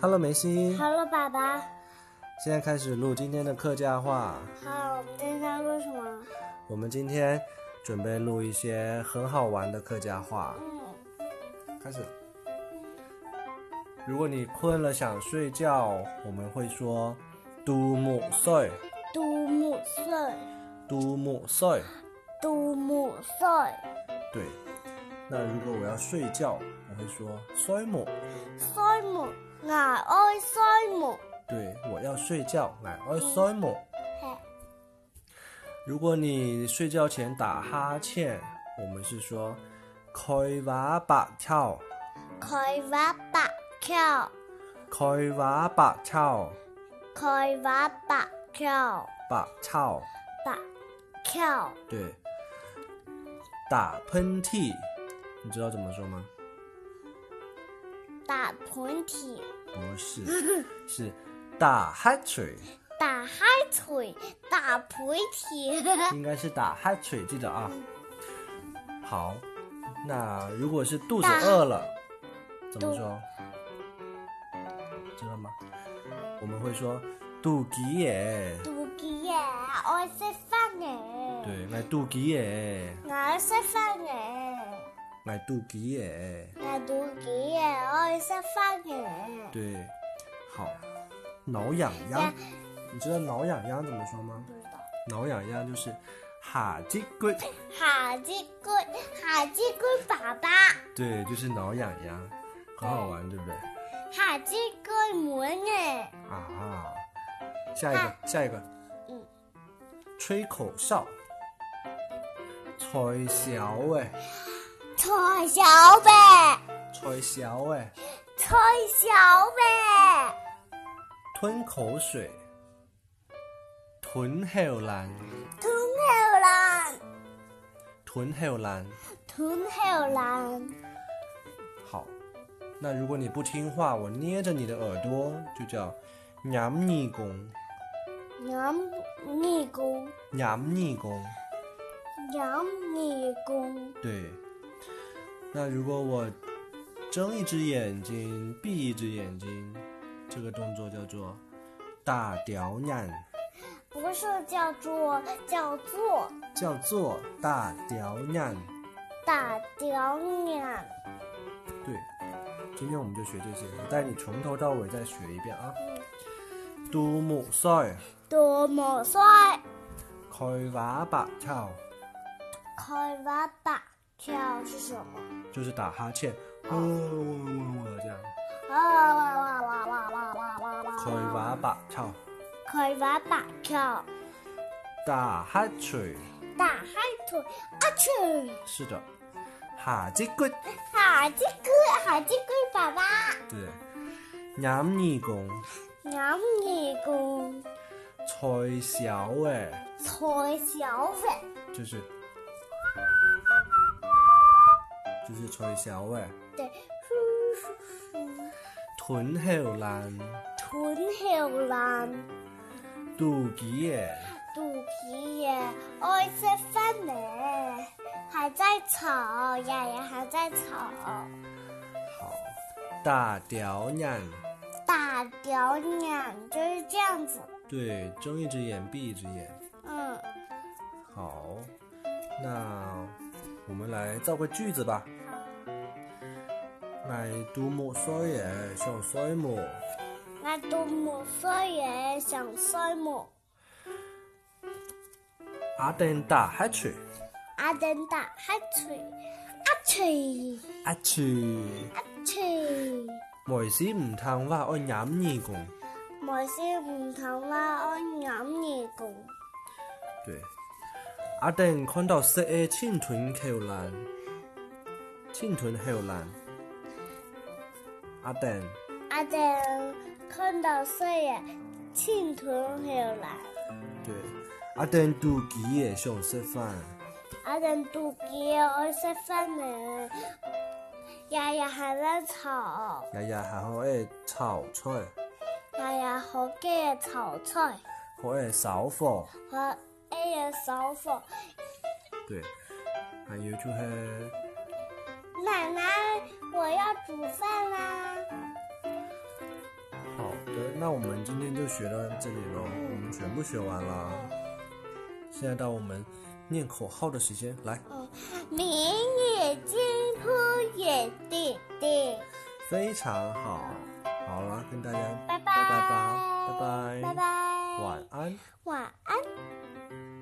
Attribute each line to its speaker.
Speaker 1: Hello，梅西，
Speaker 2: Hello，爸爸。
Speaker 1: 现在开始录今天的客家话。
Speaker 2: 好，我们今天录什么？
Speaker 1: 我们今天准备录一些很好玩的客家话。
Speaker 2: 嗯，
Speaker 1: 开始。如果你困了想睡觉，我们会说“嘟木睡，
Speaker 2: 独木睡，
Speaker 1: 嘟木睡
Speaker 2: 独木睡，”。
Speaker 1: 对。那如果我要睡觉，我会说“睡木
Speaker 2: 睡木牙哀睡木。”。
Speaker 1: 对，我要睡觉，来，我睡木。
Speaker 2: 嘿，
Speaker 1: 如果你睡觉前打哈欠，我们是说“开瓦白跳，
Speaker 2: 开挖白桥，
Speaker 1: 开瓦白跳，
Speaker 2: 开挖白桥，
Speaker 1: 白跳”。
Speaker 2: 白桥。
Speaker 1: 对，打喷嚏，你知道怎么说吗？
Speaker 2: 打喷嚏，
Speaker 1: 不是，是打哈嘴，
Speaker 2: 打嗨腿，打喷嚏。
Speaker 1: 应该是打哈嘴，记得啊。好，那如果是肚子
Speaker 2: 打
Speaker 1: 饿了，怎么
Speaker 2: 肚
Speaker 1: 说？知道吗？我们会说肚皮耶，
Speaker 2: 肚皮耶，我食饭呢。
Speaker 1: 对，买肚皮耶，
Speaker 2: 我食饭呢。
Speaker 1: 买肚皮耶，
Speaker 2: 我肚皮耶，我食饭呢。
Speaker 1: 对，好，挠痒痒，你知道挠痒痒怎么说吗？
Speaker 2: 不知道。
Speaker 1: 挠痒痒就是哈叽棍，
Speaker 2: 哈鸡棍，哈鸡棍爸爸，
Speaker 1: 对，就是挠痒痒，很好玩，对不对？
Speaker 2: 哈鸡棍母呢？
Speaker 1: 啊，下一
Speaker 2: 哈
Speaker 1: 个，下一个，
Speaker 2: 嗯，
Speaker 1: 吹口哨，吹小哎，
Speaker 2: 吹小呗，
Speaker 1: 吹小哎，
Speaker 2: 吹小呗，
Speaker 1: 吞口水，吞后兰，
Speaker 2: 吞后兰，
Speaker 1: 吞后兰。
Speaker 2: 吞后兰，
Speaker 1: 好，那如果你不听话，我捏着你的耳朵，就叫娘逆公，
Speaker 2: 娘逆公，
Speaker 1: 娘逆公。
Speaker 2: 娘逆公，
Speaker 1: 对，那如果我睁一只眼睛，闭一只眼睛，这个动作叫做大屌眼，
Speaker 2: 不是叫做叫做
Speaker 1: 叫做大屌眼。
Speaker 2: 打屌脸。
Speaker 1: 对，今天我们就学这些，我带你从头到尾再学一遍啊。杜木帅，
Speaker 2: 多么帅，
Speaker 1: 开瓦白跳，
Speaker 2: 开挖大跳是什么？
Speaker 1: 就是打哈欠，喔喔喔喔这样，
Speaker 2: 啊哇哇哇哇哇哇哇哇！
Speaker 1: 开瓦白跳，
Speaker 2: 佢玩白球，
Speaker 1: 打哈嘴，
Speaker 2: 大海豚阿去，
Speaker 1: 是的，哈叽骨。
Speaker 2: 海鸡哥，海鸡哥爸爸，
Speaker 1: 对，nhảm nhì cùng
Speaker 2: 飲二公，
Speaker 1: 菜小哎，
Speaker 2: 菜小肥，
Speaker 1: 就是就是菜小哎，
Speaker 2: 对，
Speaker 1: 臀后腩，
Speaker 2: 豚後腩，
Speaker 1: 肚皮哎，
Speaker 2: 肚皮嘢，愛食分嚟，還在吵，爺爺還在吵，
Speaker 1: 好，大屌眼，
Speaker 2: 大屌娘就是這樣子，
Speaker 1: 对，睁一只眼闭一只眼，
Speaker 2: 嗯，
Speaker 1: 好，那我们来造个句子吧。爱独木衰耶，小衰木，
Speaker 2: 我都冇衰嘢，想衰冇，
Speaker 1: 阿登打哈欠，
Speaker 2: 阿等大黑錘，阿錘。
Speaker 1: 阿去。
Speaker 2: 切，
Speaker 1: 梅子唔探話，我飲二共。
Speaker 2: 我先唔同啦，我飲嘢共。
Speaker 1: 對，阿定看到食嘅千屯橋欄，千屯橋欄。阿定
Speaker 2: 阿定看到衰人，千屯後來，
Speaker 1: 對，阿定肚幾嘅想食飯，
Speaker 2: 阿定妒忌我識分明，日日喺度嘈，
Speaker 1: 日日係好嘅炒菜，
Speaker 2: 日日好嘅嘈菜，
Speaker 1: 好嘅手貨。
Speaker 2: 我一日手服，
Speaker 1: 對，還有就係
Speaker 2: 奶奶我要煮飯啦，
Speaker 1: 那我们今天就学到这里喽，我们全部学完了。现在到我们念口号的时间，来，
Speaker 2: 明眼睛，扑眼弟弟，
Speaker 1: 非常好。好了，跟大家
Speaker 2: 拜拜
Speaker 1: 拜拜吧，拜拜，
Speaker 2: 拜拜，
Speaker 1: 晚安。
Speaker 2: 晚安。